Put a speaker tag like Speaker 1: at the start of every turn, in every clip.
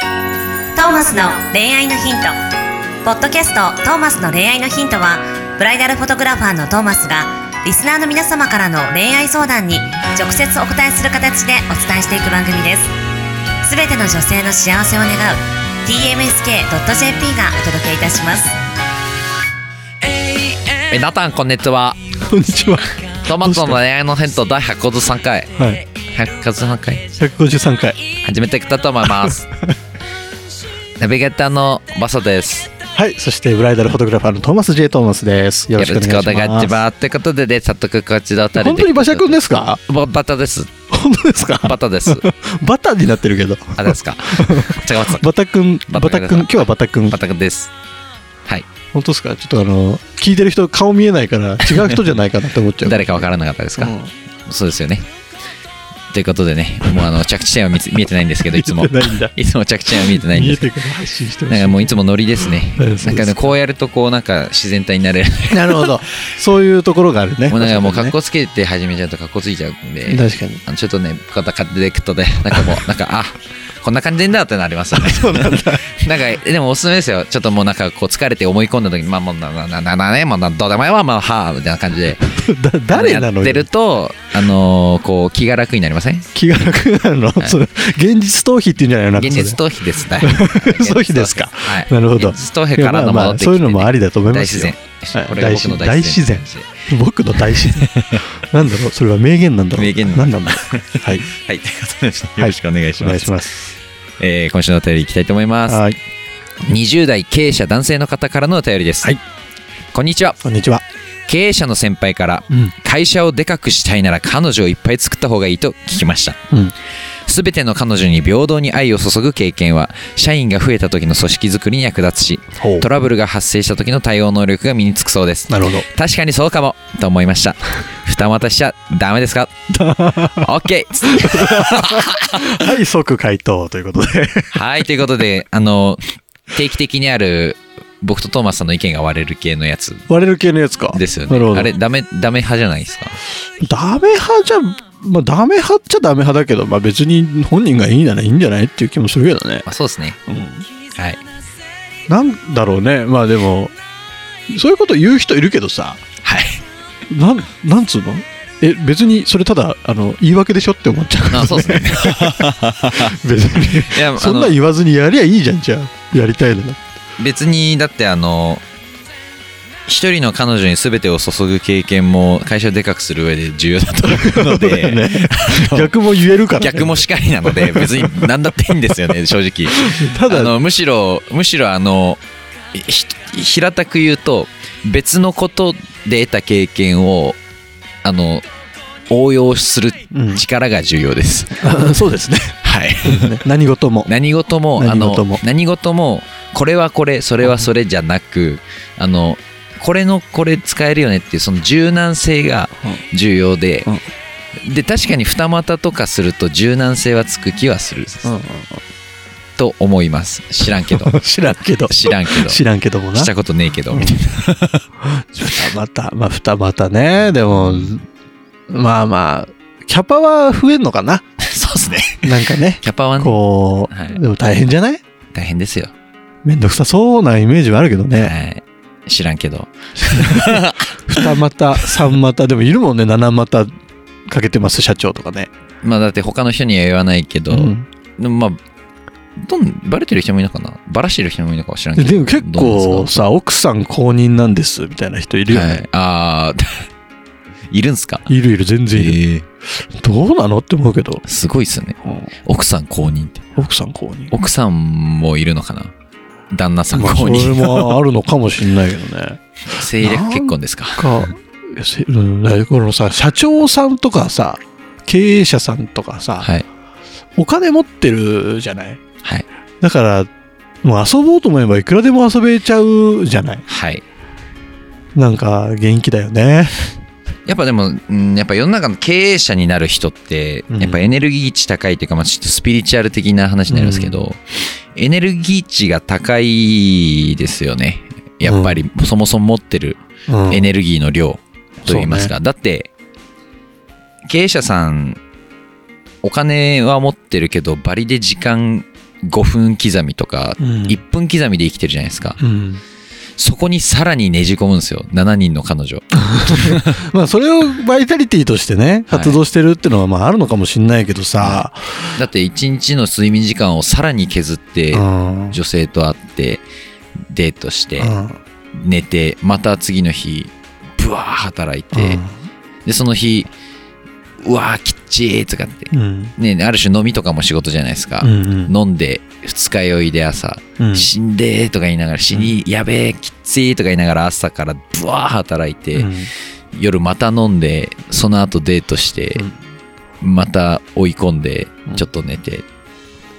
Speaker 1: トーマスの恋愛のヒント」ポッドキャスト「トーマスの恋愛のヒントは」ブライダルフォトグラファーのトーマスがリスナーの皆様からの恋愛相談に直接お答えする形でお伝えしていく番組ですすべての女性の幸せを願う tmsk.jp がお届けいたします
Speaker 2: えナタンこんにちは
Speaker 3: こんにちは。
Speaker 2: トマトの恋愛のヒント第153回
Speaker 3: はい。
Speaker 2: 153回
Speaker 3: 153回。
Speaker 2: 始めていきたいと思います ナビゲーターのバサです
Speaker 3: はい。そして、ブライダルフォトグラファーのトーマス・ J ・トーマスです。よ
Speaker 2: よ
Speaker 3: ろ
Speaker 2: ろ
Speaker 3: し
Speaker 2: し
Speaker 3: く
Speaker 2: く
Speaker 3: お願いし
Speaker 2: お
Speaker 3: ます。
Speaker 2: 願いしますということでね早速こちらお二人で
Speaker 3: 本当に馬車くんですか
Speaker 2: ババタです
Speaker 3: 本当ですか
Speaker 2: バタ です
Speaker 3: バタになってるけど。
Speaker 2: あれですか違います
Speaker 3: バタくん、
Speaker 2: バ
Speaker 3: バ
Speaker 2: タくん
Speaker 3: タくん、今日はバタくん。
Speaker 2: バタですはい
Speaker 3: 本当ですかちょっとあの、聞いてる人顔見えないから、違う人じゃないかなって思っちゃ う。
Speaker 2: 誰かわからなかったですか、
Speaker 3: うん
Speaker 2: そうですよねということでねもうあの着地点は見つ見えてないんですけどいつも
Speaker 3: 見えてないんだ
Speaker 2: いつも着地点は見えてないん
Speaker 3: 見
Speaker 2: で
Speaker 3: え
Speaker 2: すけ
Speaker 3: て
Speaker 2: ど
Speaker 3: から発信してほ
Speaker 2: なん
Speaker 3: し
Speaker 2: かもういつもノリです ね
Speaker 3: そうです
Speaker 2: なんかねこうやるとこうなんか自然体にな れる
Speaker 3: い。なるほど。そういうところがあるね。
Speaker 2: もうなんかもう格
Speaker 3: こ
Speaker 2: 好つけて始めちゃうと格好ついちゃうんで
Speaker 3: 確かに。
Speaker 2: あのちょっとね、こうやってディレクトで、 なんかもう、なんか、あこんな感じだってなります よね。そう なんだ。なんか、でもおすすめですよ。ちょっともうなんか、こう疲れて思い込んだ時に、まあもう、な、な、な、な、なね、もうな、どうでもいいわ、まあ、はあ、みたいな感じで。
Speaker 3: だ誰な
Speaker 2: や
Speaker 3: の
Speaker 2: ってる
Speaker 3: よ
Speaker 2: と、あのーこう、気が楽になりません
Speaker 3: 気が楽になるの、それ現実逃避っていうんじゃないのなんか
Speaker 2: 現
Speaker 3: それ
Speaker 2: 実逃避ですね。
Speaker 3: そうですか
Speaker 2: はい。
Speaker 3: なるほど
Speaker 2: 現実逃避からの戻ってきて、ね
Speaker 3: いやまあまあそういうのもありだと思います
Speaker 2: 大自
Speaker 3: よ
Speaker 2: 然。
Speaker 3: はい
Speaker 2: これが僕の大
Speaker 3: 大
Speaker 2: 自
Speaker 3: 自
Speaker 2: 然
Speaker 3: 然。僕の大自 然なんだろうそれは名言なんだろう
Speaker 2: 名言
Speaker 3: なんだろうは
Speaker 2: は
Speaker 3: い
Speaker 2: い、ということで、よろしくお願いし
Speaker 3: お
Speaker 2: ます。
Speaker 3: 願いします
Speaker 2: えー今週のお便りいきたいと思います。
Speaker 3: はい
Speaker 2: 20代経営者男性の方からのお便りです、
Speaker 3: はい
Speaker 2: こんにちは
Speaker 3: こんにちは
Speaker 2: 経営者の先輩から
Speaker 3: うん
Speaker 2: 会社をでかくしたいなら彼女をいっぱい作った方がいいと聞きました
Speaker 3: うん
Speaker 2: すべての彼女に平等に愛を注ぐ経験は社員が増えた時の組織づくりに役立つし
Speaker 3: ほう
Speaker 2: トラブルが発生した時の対応能力が身につくそうです
Speaker 3: なるほど
Speaker 2: 確かにそうかもと思いました二股しちゃダメです か OK
Speaker 3: はい即回答ということで
Speaker 2: はい、ということで、あの、定期的にある、僕とトーマスさんの意見が割れる系のやつ
Speaker 3: 割れる系のやつか
Speaker 2: ですよ
Speaker 3: なる
Speaker 2: ね。
Speaker 3: ほど
Speaker 2: あれ、ダメ、ダメ派じゃないですか。
Speaker 3: ダメ派じゃまあダメ派っちゃダメ派だけどまあ別に本人がいいならいいんじゃないっていう気もするけどね
Speaker 2: まあ、そうですね。はい。
Speaker 3: なんだろうねまあでもそういうこと言う人いるけどさ
Speaker 2: はい。
Speaker 3: なんなんつうのえ別にそれただあの言い訳でしょって思っちゃう
Speaker 2: あそうですね。
Speaker 3: 別に
Speaker 2: いや、あ
Speaker 3: そんな
Speaker 2: の、
Speaker 3: 言わずにやりゃいいじゃんじゃあやりたいのなら
Speaker 2: 別に、だって、あの、一人の彼女に全てを注ぐ経験も会社をでかくする上で重要だと思うの
Speaker 3: そうだ
Speaker 2: で、
Speaker 3: よね逆も言えるから、ね、
Speaker 2: 逆もしかりなので、別に何だっていいんですよね、正直。
Speaker 3: た
Speaker 2: あ
Speaker 3: だ
Speaker 2: のむしろむしろあのひ平たく言うと別のことで得た経験をあの応用する
Speaker 3: う ん
Speaker 2: 力が重要です、
Speaker 3: そうですね
Speaker 2: はい
Speaker 3: 何事も
Speaker 2: 何事もあ
Speaker 3: 何
Speaker 2: の
Speaker 3: 事も
Speaker 2: 何事もこれはこれそれはそれじゃなくあのこれのこれ使えるよねっていうその柔軟性が重要で、で確かに二股とかすると柔軟性はつく気はする、と思います知らん けど
Speaker 3: 知らんけど
Speaker 2: 知らんけど
Speaker 3: 知らんけどもな
Speaker 2: したことねえけど、
Speaker 3: うん
Speaker 2: みたい
Speaker 3: 二股まあ二股ねでもまあまあキャパは増えんのかな
Speaker 2: な。そうですね。
Speaker 3: なんかね
Speaker 2: キャパはね、
Speaker 3: こう、
Speaker 2: はい
Speaker 3: でも大変じゃない
Speaker 2: 大変ですよ。
Speaker 3: めんどくさそうなイメージはあるけどね
Speaker 2: はい。知らんけど。
Speaker 3: 二股三股でもいるもんね七股かけてます社長とかね、
Speaker 2: まあだって他の人には言わないけど、
Speaker 3: うん
Speaker 2: でもまあ、どん、バレてる人もいるのかなバラしてる人もいるのかは知らんけ
Speaker 3: で
Speaker 2: ど。
Speaker 3: でも結
Speaker 2: どう
Speaker 3: 構
Speaker 2: です
Speaker 3: さ奥さん公認なんですみたいな人いるよ
Speaker 2: か、は
Speaker 3: ね、
Speaker 2: い、あー、 いるんすか
Speaker 3: い、るいる全然いる、
Speaker 2: えー
Speaker 3: どうなのって思うけど、
Speaker 2: すごいっすよね。奥さん公認って。
Speaker 3: 奥さん公認
Speaker 2: 奥さんもいるのかな旦那さん
Speaker 3: ま
Speaker 2: 公
Speaker 3: あそれ
Speaker 2: 認。
Speaker 3: もあるのかもしれないけどね
Speaker 2: 政略結婚 ですか。
Speaker 3: かいやせうんだからこのさ社長さんとかさ経営者さんとかさ、
Speaker 2: はい。
Speaker 3: お金持ってるじゃない
Speaker 2: はい。
Speaker 3: だからもう遊ぼうと思えばいくらでも遊べちゃうじゃない
Speaker 2: はい。
Speaker 3: なんか元気だよね
Speaker 2: やっぱでも、うん、やっぱ世の中の経営者になる人って、
Speaker 3: うん
Speaker 2: やっぱエネルギー値高いというか、まあ、ちょっとスピリチュアル的な話になりますけど、エネルギー値が高いですよね。やっぱり、そもそも持ってる
Speaker 3: うん
Speaker 2: エネルギーの量といいますか。だって、経営者さん、お金は持ってるけど、バリで時間5分刻みとか
Speaker 3: うん
Speaker 2: 1分刻みで生きてるじゃないですか
Speaker 3: うん
Speaker 2: そこにさらにねじ込むんですよ7人の彼女
Speaker 3: まあそれをバイタリティとしてね
Speaker 2: はい
Speaker 3: 発動してるっていうのはまああるのかもしんないけどさ、
Speaker 2: だって1日の睡眠時間をさらに削って
Speaker 3: うん
Speaker 2: 女性と会ってデートして
Speaker 3: うん
Speaker 2: 寝てまた次の日ブワー働いてでその日うわーきっちーとかって
Speaker 3: うん
Speaker 2: ねある種飲みとかも仕事じゃないですか
Speaker 3: うんうん
Speaker 2: 飲んで二日酔いで朝
Speaker 3: うん
Speaker 2: 死んでーとか言いながら死にやべえきっついとか言いながら朝からブワー働いて
Speaker 3: うん
Speaker 2: 夜また飲んでその後デートしてまた追い込んで
Speaker 3: うん
Speaker 2: ちょっと寝て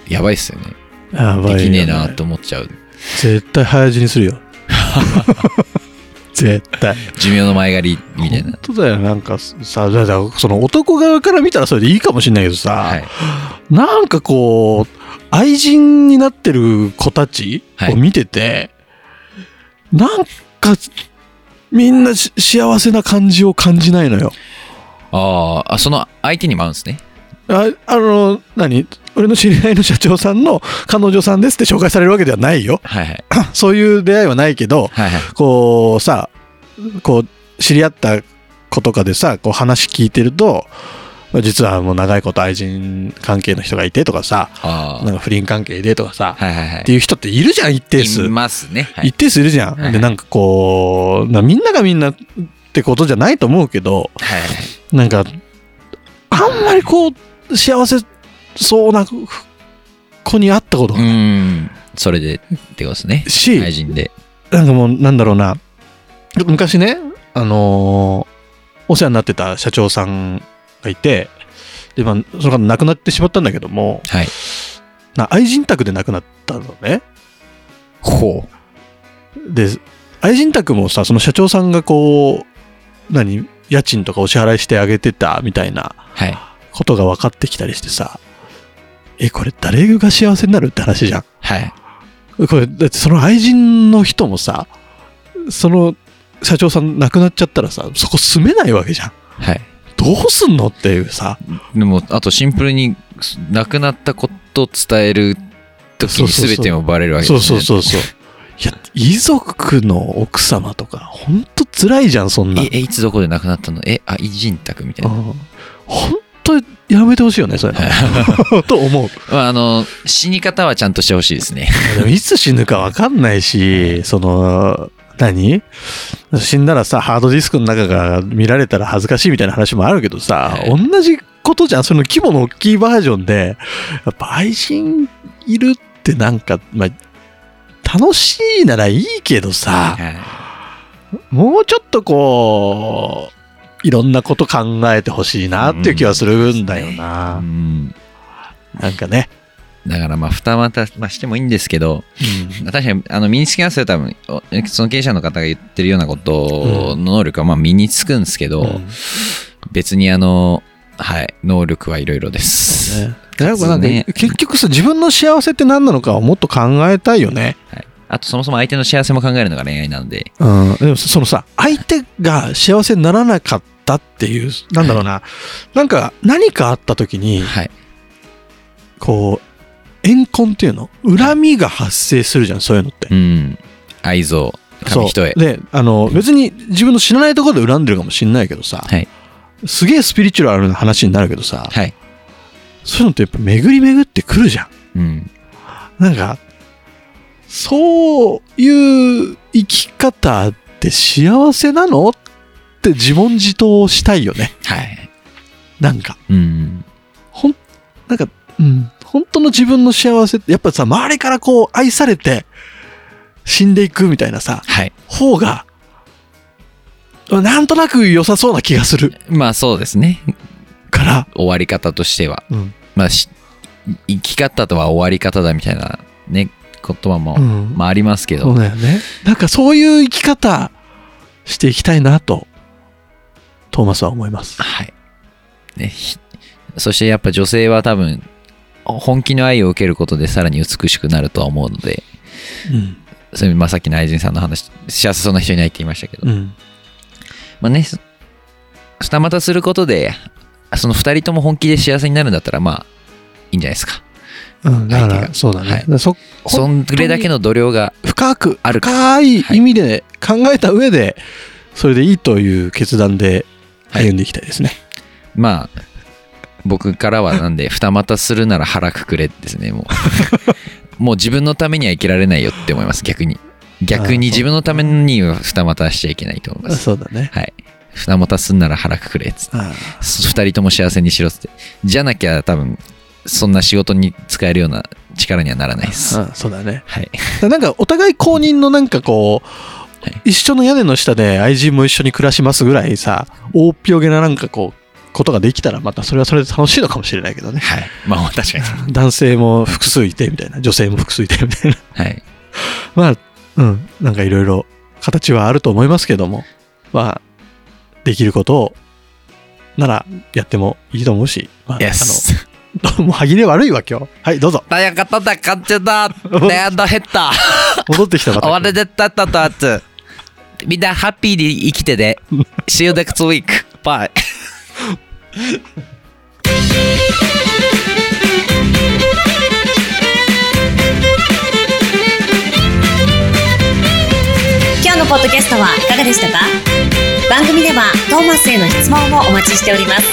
Speaker 2: やばいっすよね
Speaker 3: やばいよ
Speaker 2: できねえなと思っちゃう
Speaker 3: 絶対早死にす るよ絶対
Speaker 2: 寿命の前借りみたい な
Speaker 3: 本当だよなんかさだからその男側から見たらそれでいいかもしんないけどさ、
Speaker 2: はい
Speaker 3: なんかこう、愛人になってる子たち
Speaker 2: はい
Speaker 3: を見てて、なんか、みんなし幸せな感じを感じないのよ。
Speaker 2: あーあその相手にも合うんですね
Speaker 3: ああの、何俺の知り合いの社長さんの彼女さんですって紹介されるわけではないよ。
Speaker 2: はいはい
Speaker 3: そういう出会いはないけど、
Speaker 2: はいはい
Speaker 3: こうさ、こう、知り合った子とかでさ、こう話聞いてると、実はもう長いこと愛人関係の人がいてとかさ、
Speaker 2: あ
Speaker 3: なんか不倫関係でとかさ
Speaker 2: あ、はいはいは
Speaker 3: っ
Speaker 2: い
Speaker 3: ていう人っているじゃん、一定数。
Speaker 2: いますねはい
Speaker 3: 一定数いるじゃん。
Speaker 2: はいはい
Speaker 3: で、なんかこう、なみんながみんなってことじゃないと思うけど、
Speaker 2: はいはい
Speaker 3: なんか、あんまりこう、幸せそうな子に会ったこと
Speaker 2: うーんそれでってことですね
Speaker 3: し、
Speaker 2: 愛人で
Speaker 3: なんかもう、なんだろうな、昔ね、あのーお世話になってた社長さんがいて、で、まあ、その方亡くなってしまったんだけども、
Speaker 2: はい
Speaker 3: な愛人宅で亡くなったのね。
Speaker 2: ほう
Speaker 3: で愛人宅もさその社長さんがこう何家賃とかお支払いしてあげてたみたいな
Speaker 2: はい
Speaker 3: ことが分かってきたりしてさえこれ誰が幸せになるって話じゃん
Speaker 2: はい
Speaker 3: これだってその愛人の人もさその社長さん亡くなっちゃったらさそこ住めないわけじゃん
Speaker 2: はい
Speaker 3: どうすんのっていうさ
Speaker 2: でもあとシンプルにす亡くなったことを伝える時に
Speaker 3: そうそうそう
Speaker 2: 全てもバレるわけです
Speaker 3: そ
Speaker 2: ね
Speaker 3: うそうそうそういや遺族の奥様とかほんと辛いじゃんそんなん
Speaker 2: ええいつどこで亡くなったのえあ偉人宅みたいな、
Speaker 3: 本当やめてほしいよね、そういうの。 と思 う。
Speaker 2: まあ、あの死に方はちゃんとしてほしいですね
Speaker 3: でもいつ死ぬか分かんないし、その、何死んだらさ、ハードディスクの中が見られたら恥ずかしいみたいな話もあるけどさ、
Speaker 2: は
Speaker 3: 同じことじゃん。その規模の大きいバージョンで、やっぱ愛人いるってなんか、まあ、楽しいならいいけどさ、
Speaker 2: は
Speaker 3: もうちょっとこう、いろんなこと考えてほしいなっていう気はするんだよ
Speaker 2: い
Speaker 3: な
Speaker 2: う。ん
Speaker 3: なんかね。
Speaker 2: だからまあ二股、まあ、してもいいんですけど確かにあの身につきますよ多分おその経営者の方が言ってるようなことの能力はまあ身につくんですけど、
Speaker 3: うん
Speaker 2: 別にあのはい能力はいろいろです、
Speaker 3: ねやっぱなんか
Speaker 2: ね
Speaker 3: 結局さ自分の幸せって何なのかをもっと考えたいよね、
Speaker 2: あとそもそも相手の幸せも考えるのが恋愛なんで
Speaker 3: うん、でもそのさ相手が幸せにならなかったっていうなんだろうな、なんか何かあった時に
Speaker 2: はい
Speaker 3: こう怨恨っていうの恨みが発生するじゃんそういうのって、
Speaker 2: うん愛憎
Speaker 3: そう
Speaker 2: 紙一重
Speaker 3: であの別に自分の知らないところで恨んでるかもしれないけどさ、
Speaker 2: はい
Speaker 3: すげえスピリチュアルな話になるけどさ、
Speaker 2: はい
Speaker 3: そういうのってやっぱ巡り巡ってくるじゃん
Speaker 2: うん
Speaker 3: なんか、そういう生き方って幸せなのって自問自答したいよね。
Speaker 2: はい
Speaker 3: なんか、
Speaker 2: うん
Speaker 3: ほん、なんか、うん、本当の自分の幸せって、やっぱさ、周りからこう愛されて死んでいくみたいなさ、
Speaker 2: はい
Speaker 3: 方が、なんとなく良さそうな気がする
Speaker 2: まあそうですね
Speaker 3: から、
Speaker 2: 終わり方としては
Speaker 3: うん。
Speaker 2: まあし生き方とは終わり方だみたいなね言葉も、
Speaker 3: うん
Speaker 2: まあありますけど、
Speaker 3: そうだよね。なんかそういう生き方していきたいなと、トーマスは思います。
Speaker 2: はい。ね、ひそしてやっぱ女性は多分、本気の愛を受けることでさらに美しくなるとは思うので、
Speaker 3: うん。
Speaker 2: それまあさっきの愛人さんの話、幸せそうな人いないって言いましたけど、
Speaker 3: うん。
Speaker 2: まあね、そ二股することで、その二人とも本気で幸せになるんだったら、まあ、いいんじゃないですか。
Speaker 3: うん、だか
Speaker 2: 相手
Speaker 3: ら
Speaker 2: が
Speaker 3: そうだね、
Speaker 2: はい
Speaker 3: だからそ
Speaker 2: そんぐらいだけの度量が
Speaker 3: 深く
Speaker 2: あるか
Speaker 3: 深い意味で考えた上でそれでいいという決断で歩んでいきたいですね、
Speaker 2: まあ僕からはなんで二股するなら腹くくれですねも うもう自分のためには生きられないよって思います逆に逆に
Speaker 3: あーそ
Speaker 2: 自
Speaker 3: う
Speaker 2: 分のためには二股はしちゃいけないと思います
Speaker 3: そうだね
Speaker 2: はい二股すんなら腹くくれっつって
Speaker 3: あ
Speaker 2: そ二人とも幸せにしろっつってじゃなきゃ多分そんな仕事に使えるような力にはならないです
Speaker 3: あ
Speaker 2: は
Speaker 3: うんそうだね
Speaker 2: い
Speaker 3: だからなんかお互い公認のなんかこう、
Speaker 2: はい
Speaker 3: 一緒の屋根の下で愛人も一緒に暮らしますぐらいさ大っぴょげななんかこうことができたらまたそれはそれで楽しいのかもしれないけどね
Speaker 2: はいまあ確かに
Speaker 3: 男性も複数いてみたいな女性も複数いてみたいな
Speaker 2: はい
Speaker 3: まあうんなんかいろいろ形はあると思いますけどもまあできることをならやってもいいと思うし、まあ、
Speaker 2: Yes
Speaker 3: あの もう歯切れ悪いわ今日はいどうぞ
Speaker 2: だやかただかんちゃ だレアンドヘッダー
Speaker 3: 戻ってきたま た
Speaker 2: 終わりでったったとあつ。みんなハッピーに生きてね。See you next week. Bye.
Speaker 1: 今日のポッドキャストはいかがでしたか番組ではトーマスへの質問もお待ちしております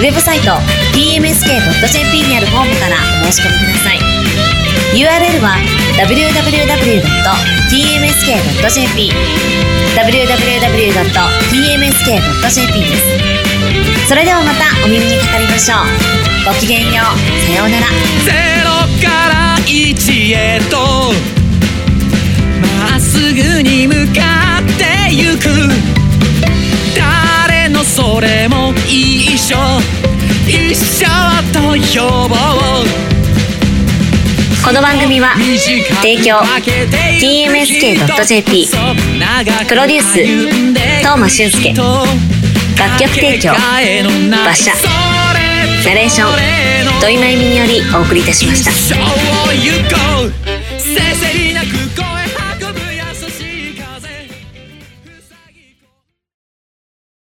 Speaker 1: ウェブサイト tmsk.jp にあるフォームからお申し込みください URL は www.tmsk.jp www.tmsk.jp ですそれではまたお耳にかかりましょうごきげんようさようなら
Speaker 4: ゼロから一へとまっすぐに向かってゆく誰のそれも一緒一緒と呼ぼう
Speaker 1: この番組は提供 TMSK.jp プロデュース東間俊介楽曲提供馬車ナレーション土井真由美によりお送りいたしました
Speaker 4: 一生を行こうせせ